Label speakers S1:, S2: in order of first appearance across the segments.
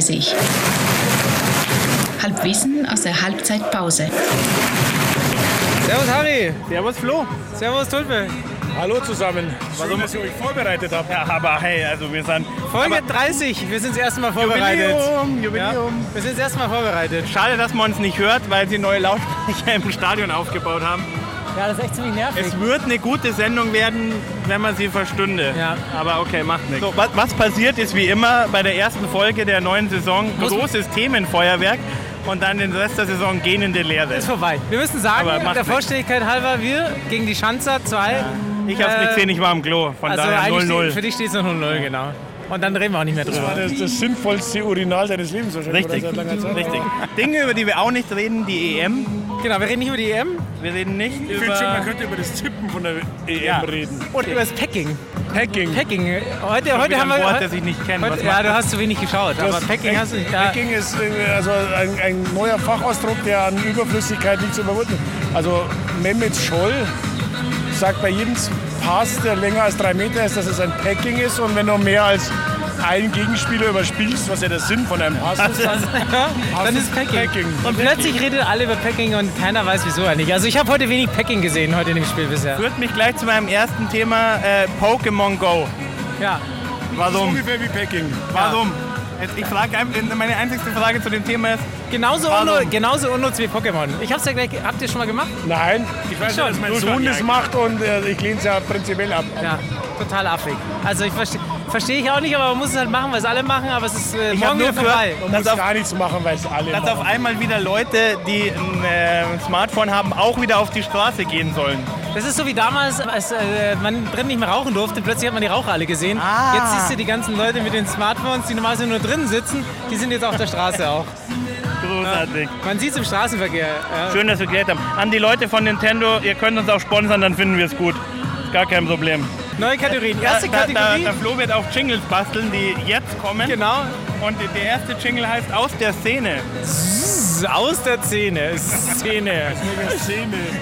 S1: sich. Halbwissen aus der Halbzeitpause.
S2: Servus Harry. Servus Flo. Servus Tulpe.
S3: Hallo zusammen. Schön, dass ihr euch vorbereitet habt. Also, Ja, aber hey, also wir sind...
S2: Folge
S3: aber
S2: 30. Wir sind das erste Mal vorbereitet.
S3: Jubiläum, Jubiläum.
S2: Wir sind das erste Mal vorbereitet.
S3: Schade, dass man uns nicht hört, weil sie neue Lautsprecher im Stadion aufgebaut haben.
S2: Ja, das ist echt ziemlich nervig.
S3: Es wird eine gute Sendung werden, wenn man sie verstünde.
S2: Ja.
S3: Aber okay, macht nichts. So, was, was passiert ist wie immer bei der ersten Folge der neuen Saison,
S2: Muss-
S3: großes Themenfeuerwerk und dann den Rest der Saison gähnende Leere.
S2: ist vorbei. Wir müssen sagen,
S3: Aber macht
S2: der
S3: nichts.
S2: Vollständigkeit halber, wir gegen die Schanzer 2.
S3: Ich hab's
S2: Äh,
S3: nicht gesehen, ich war am Klo. Von
S2: Also
S3: daher
S2: eigentlich steht-
S3: 0-0.
S2: für dich steht es noch 0-0, genau. Und dann reden wir auch nicht mehr drüber.
S4: Das, das sinnvollste Urinal deines Lebens wahrscheinlich.
S3: Richtig,
S4: oder? Seit langer Zeit.
S3: richtig. Dinge, über die wir auch nicht reden, die EM.
S2: Genau, wir reden nicht über die EM
S3: Wir reden nicht
S4: Ich
S3: über...
S4: finde schon, man könnte über das Tippen von der EM
S3: Ja.
S4: reden.
S2: und über das Packing.
S4: Hacking.
S2: Packing. Heute,
S3: Heute
S2: heute haben wir.
S3: Wort,
S2: Heute,
S3: das ich nicht kenne. Was
S2: heute, ja,
S3: macht
S2: du hast zu wenig geschaut, aber Packing hast du nicht. Ja,
S4: Hacking ist irgendwie also ein, ein neuer Fachausdruck, der an Überflüssigkeit nicht zu überwunden ist. Also Mehmet Scholl sagt bei jedem Pass, der länger als drei Meter ist, dass es ein Packing ist. Und wenn du mehr als einen Gegenspieler überspielst, was ja der Sinn von einem Pass ist, dann
S2: dann ist Packing. Und plötzlich redet alle über Packing und keiner weiß wieso eigentlich. Also ich habe heute wenig Packing gesehen heute in dem Spiel bisher.
S3: Führt mich gleich zu meinem ersten Thema, äh, Pokémon Go.
S2: Ja.
S3: Warum?
S4: ungefähr wie Packing.
S3: Warum? Jetzt, ich frage, ein- meine einzigste Frage zu dem Thema ist,
S2: Genauso,
S3: Warum?
S2: unnut, genauso unnutz wie Pokémon. Ich hab's ja gleich. Habt ihr schon mal gemacht?
S4: Nein, ich weiß
S2: schon,
S4: dass mein
S2: nur
S4: Sohn
S2: schon,
S4: das
S2: ja.
S4: macht und äh, ich lehne es ja prinzipiell ab.
S2: Ja. Total affig. Also ich verstehe versteh ich auch nicht, aber man muss es halt machen, weil es alle machen, aber es ist äh,
S3: Ich hab
S2: morgen
S3: nur
S2: wieder vorbei.
S3: gehört,
S4: Man muss
S3: dass auf,
S4: gar nichts machen, weil es alle
S3: dass
S4: machen.
S3: auf einmal wieder Leute, die ein äh, Smartphone haben, auch wieder auf die Straße gehen sollen.
S2: Das ist so wie damals, als äh, man drin nicht mehr rauchen durfte, plötzlich hat man die Raucher alle gesehen.
S3: Ah.
S2: Jetzt siehst du die ganzen Leute mit den Smartphones, die normalerweise nur drin sitzen, die sind jetzt auf der Straße auch.
S3: Großartig.
S2: Man sieht es im Straßenverkehr. Ja.
S3: Schön, dass wir geklärt haben. An die Leute von Nintendo, ihr könnt uns auch sponsern, dann finden wir es gut. Ist Gar kein Problem.
S2: Neue Kategorien. Erste
S3: Da- Da, da,
S2: Kategorie.
S3: der Flo wird auch Jingles basteln, die jetzt kommen.
S2: Genau,
S3: Und der erste Jingle heißt aus der Szene.
S2: Zzz, aus der Szene. Szene.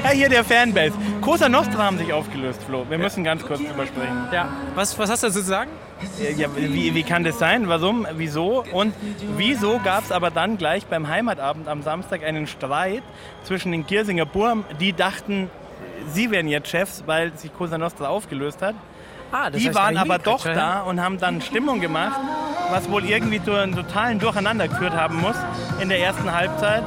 S3: Ja, hier der Fanbase. Cosa Nostra haben sich aufgelöst, Flo. Wir müssen ganz kurz drüber sprechen.
S2: Ja. Was, was hast du dazu zu sagen?
S3: Ja, wie, wie kann das sein? Warum? Wieso? Und wieso gab es aber dann gleich beim Heimatabend am Samstag einen Streit zwischen den Giersinger Burm, die dachten, sie wären jetzt Chefs, weil sich Cosa Nostra aufgelöst hat.
S2: Ah, das
S3: Die
S2: heißt
S3: waren
S2: eigentlich
S3: aber doch
S2: Quatsch,
S3: da und haben dann Stimmung gemacht, was wohl irgendwie zu einem totalen Durcheinander geführt haben muss in der ersten Halbzeit.
S2: ja?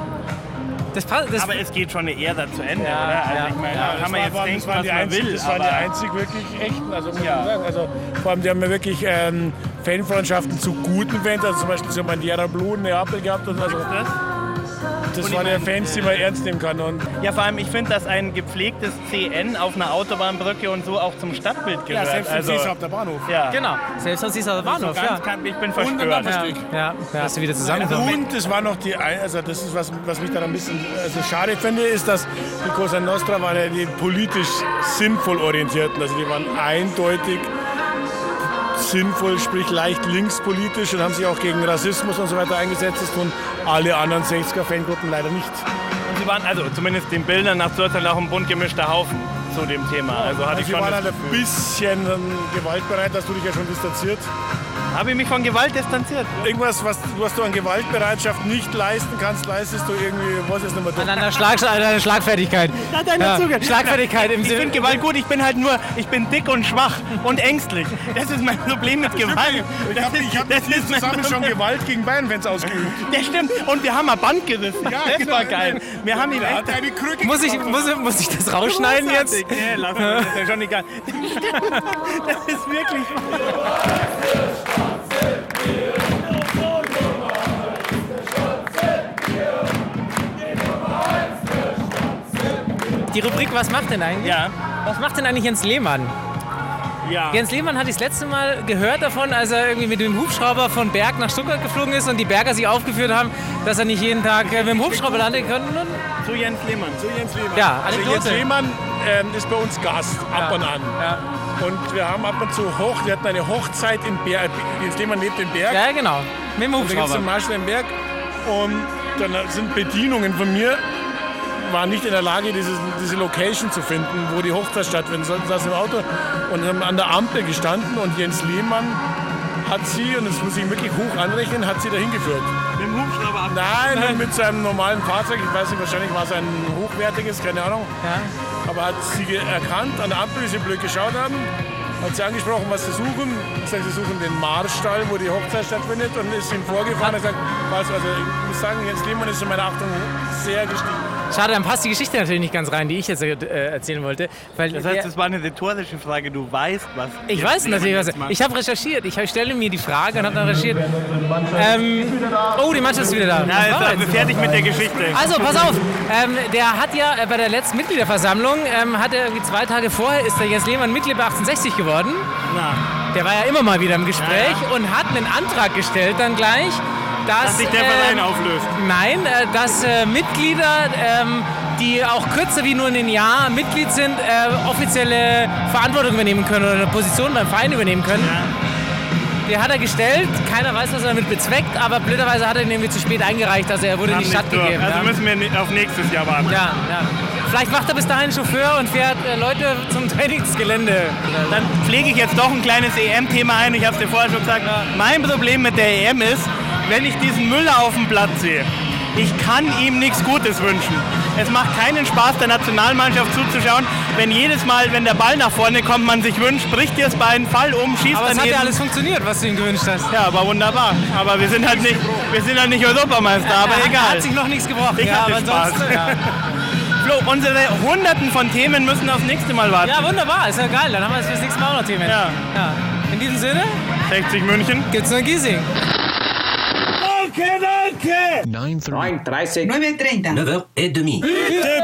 S2: Das, passt- das,
S3: Aber es geht schon eine Ära zu Ende,
S2: Ja,
S3: oder? Also
S2: ja.
S3: ich meine,
S2: Ja,
S3: da kann man
S4: war-
S3: jetzt
S4: waren-
S3: denken,
S4: waren
S3: was
S4: die
S3: man
S4: einzigen-
S3: will.
S4: Das waren die
S3: aber-
S4: einzig wirklich echten. Also, muss
S3: Ja.
S4: man sagen. also vor allem, die haben ja wirklich ähm, Fanfreundschaften zu guten Fans. Also zum Beispiel zu Mandiera Blue in Neapel gehabt. Und also,
S3: Das?
S4: das
S3: ich
S4: waren ja
S3: meine,
S4: Fans, die man ernst nehmen kann. Und
S3: Ja, vor allem, ich finde, dass ein gepflegtes CN auf einer Autobahnbrücke und so auch zum Stadtbild gehört. also,
S4: der Bahnhof.
S3: ja. Also,
S2: genau. Selbst aus dieser Bahnhof,
S3: Ganz,
S2: ja.
S3: kann, ich bin
S2: Ja,
S3: verstört.
S2: ja, ja, hast du wieder zusammengekommen.
S4: Und es war noch die, ein- also das ist was, was mich dann ein bisschen also schade finde, ist, dass die Cosa Nostra waren ja die politisch sinnvoll orientierten, also die waren eindeutig sinnvoll, sprich leicht linkspolitisch und haben sich auch gegen Rassismus und so weiter eingesetzt. Das tun alle anderen 60er-Fangruppen leider nicht.
S3: Und sie waren, also zumindest den Bildern nach Zürtel auch ein bunt gemischter Haufen zu dem Thema. Also hatte
S4: Also
S3: ich
S4: sie
S3: schon
S4: waren
S3: das
S4: halt ein
S3: Gefühl.
S4: bisschen ähm, gewaltbereit, dass du dich ja schon distanziert.
S3: Habe ich mich von Gewalt distanziert?
S4: Irgendwas, was, was du an Gewaltbereitschaft nicht leisten kannst, leistest du irgendwie, was ist nochmal
S2: An einer, Schlag, an einer Schlagfertigkeit.
S3: Hat einer
S2: Ja,
S3: zugehört.
S2: Schlagfertigkeit im
S3: Ich
S2: Sinne-
S3: finde Gewalt gut, ich bin halt nur, ich bin dick und schwach und ängstlich. Das ist mein Problem mit Gewalt.
S4: Ich habe ich hab mit dir
S3: mein
S4: zusammen schon Gewalt gegen Bayern-Fans ausgeübt.
S3: Ja, stimmt. Und wir haben mal Band gerissen. das war
S4: genau.
S3: geil. Wir haben ihn
S4: Er
S3: echt...
S4: hat eine Krücke
S2: Muss ich, muss, ich- muss ich das rausschneiden jetzt?
S3: Großartig. Nee, lass mal, das ist ja schon egal. Das ist wirklich...
S2: Die Rubrik Was macht denn eigentlich?
S3: Ja.
S2: Was macht denn eigentlich Jens Lehmann?
S3: Ja.
S2: Jens Lehmann hatte ich das letzte Mal gehört davon, als er irgendwie mit dem Hubschrauber von Berg nach Stuttgart geflogen ist und die Berger sich aufgeführt haben, dass er nicht jeden Tag äh, mit dem Hubschrauber landen kann. Und-
S3: Zu Jens Lehmann.
S4: So Jens Lehmann.
S2: Ja,
S4: also
S2: Anekdote.
S4: Jens Lehmann ähm, ist bei uns Gast, ab und an.
S2: Ja,
S4: Und wir haben ab und zu Hoch, wir hatten eine Hochzeit in Berg. Jens Lehmann lebt in Berg.
S2: ja genau. Mit dem
S4: Da gibt es
S2: Hubschrauber.
S4: den Marschall im Berg. Und dann sind Bedienungen von mir waren nicht in der Lage, diese, diese Location zu finden, wo die Hochzeit stattfinden sollte. Saßen im Auto und haben an der Ampel gestanden und Jens Lehmann hat sie, und das muss ich wirklich hoch anrechnen, hat sie dahin geführt.
S3: Mit dem Hubschrauber ab.
S4: Nein, mit seinem normalen Fahrzeug, ich weiß nicht, wahrscheinlich war es ein hochwertiges, keine Ahnung. Aber hat sie ge- erkannt, an der Ampel, wie sie blöd geschaut haben, hat sie angesprochen, was sie suchen. Ich sage, sie suchen den Marstall, wo die Hochzeit stattfindet, und ist ihm vorgefahren und hat gesagt, was, also ich muss sagen, Jens Lehmann ist in meiner Achtung sehr gestiegen.
S2: Schade, dann passt die Geschichte natürlich nicht ganz rein, die ich jetzt äh, erzählen wollte. Weil
S3: Das heißt,
S2: der-
S3: das war eine rhetorische Frage. Du weißt was.
S2: Ich
S3: jetzt
S2: weiß natürlich, was.
S3: jemand macht.
S2: Ich habe recherchiert. Ich hab, stelle mir die Frage und habe dann recherchiert. Ähm, oh, die Mannschaft ist wieder da.
S3: Na,
S2: Was war
S3: jetzt sind
S2: jetzt?
S3: wir fertig mit der Geschichte.
S2: Also, pass auf. Ähm, der hat ja äh, bei der letzten Mitgliederversammlung, ähm, hat er irgendwie zwei Tage vorher, ist der Jens Lehmann Mitglied bei 68 geworden.
S3: Na,
S2: Der war ja immer mal wieder im Gespräch
S3: Ja,
S2: und hat einen Antrag gestellt dann gleich, dass,
S3: dass sich der
S2: ähm,
S3: Verein auflöst.
S2: Nein, äh, dass äh, Mitglieder, ähm, die auch kürzer wie nur ein Jahr Mitglied sind, äh, offizielle Verantwortung übernehmen können oder eine Position beim Verein übernehmen können. Die hat er gestellt, keiner weiß, was er damit bezweckt, aber blöderweise hat er ihn irgendwie zu spät eingereicht, also er wurde in
S3: Haben
S2: die
S3: nicht
S2: Stadt
S3: durch.
S2: gegeben.
S3: Also
S2: ja.
S3: müssen wir ni- auf nächstes Jahr warten.
S2: ja, ja. Vielleicht macht er bis dahin Chauffeur und fährt äh, Leute zum Trainingsgelände.
S3: Dann pflege ich jetzt doch ein kleines EM-Thema ein. Ich habe es dir vorher schon gesagt. Mein Problem mit der EM ist, wenn ich diesen Müller auf dem Platz sehe, ich kann ihm nichts Gutes wünschen. Es macht keinen Spaß, der Nationalmannschaft zuzuschauen, wenn jedes Mal, wenn der Ball nach vorne kommt, man sich wünscht, bricht dir das Bein, Fall um, schießt
S2: Aber es hat
S3: daneben.
S2: ja alles funktioniert, was du ihm gewünscht hast.
S3: Ja, aber wunderbar. Aber wir sind halt nicht, wir sind halt nicht Europameister, aber
S2: Er hat-
S3: egal.
S2: Hat sich noch nichts gebrochen.
S3: Ich
S2: ja,
S3: hatte
S2: aber äh,
S3: Spaß.
S2: ansonsten- Ja.
S3: Flo, unsere Hunderten von Themen müssen aufs nächste Mal warten.
S2: ja, wunderbar, ist ja geil. Dann haben wir es fürs nächste Mal auch noch Themen.
S3: Ja.
S2: ja. In diesem Sinne
S3: 60 München.
S2: gibt's nur ein Giesing.
S5: 9.30
S6: 9.30.
S5: 9h30.
S6: Neuf heures et demie.
S5: Bitte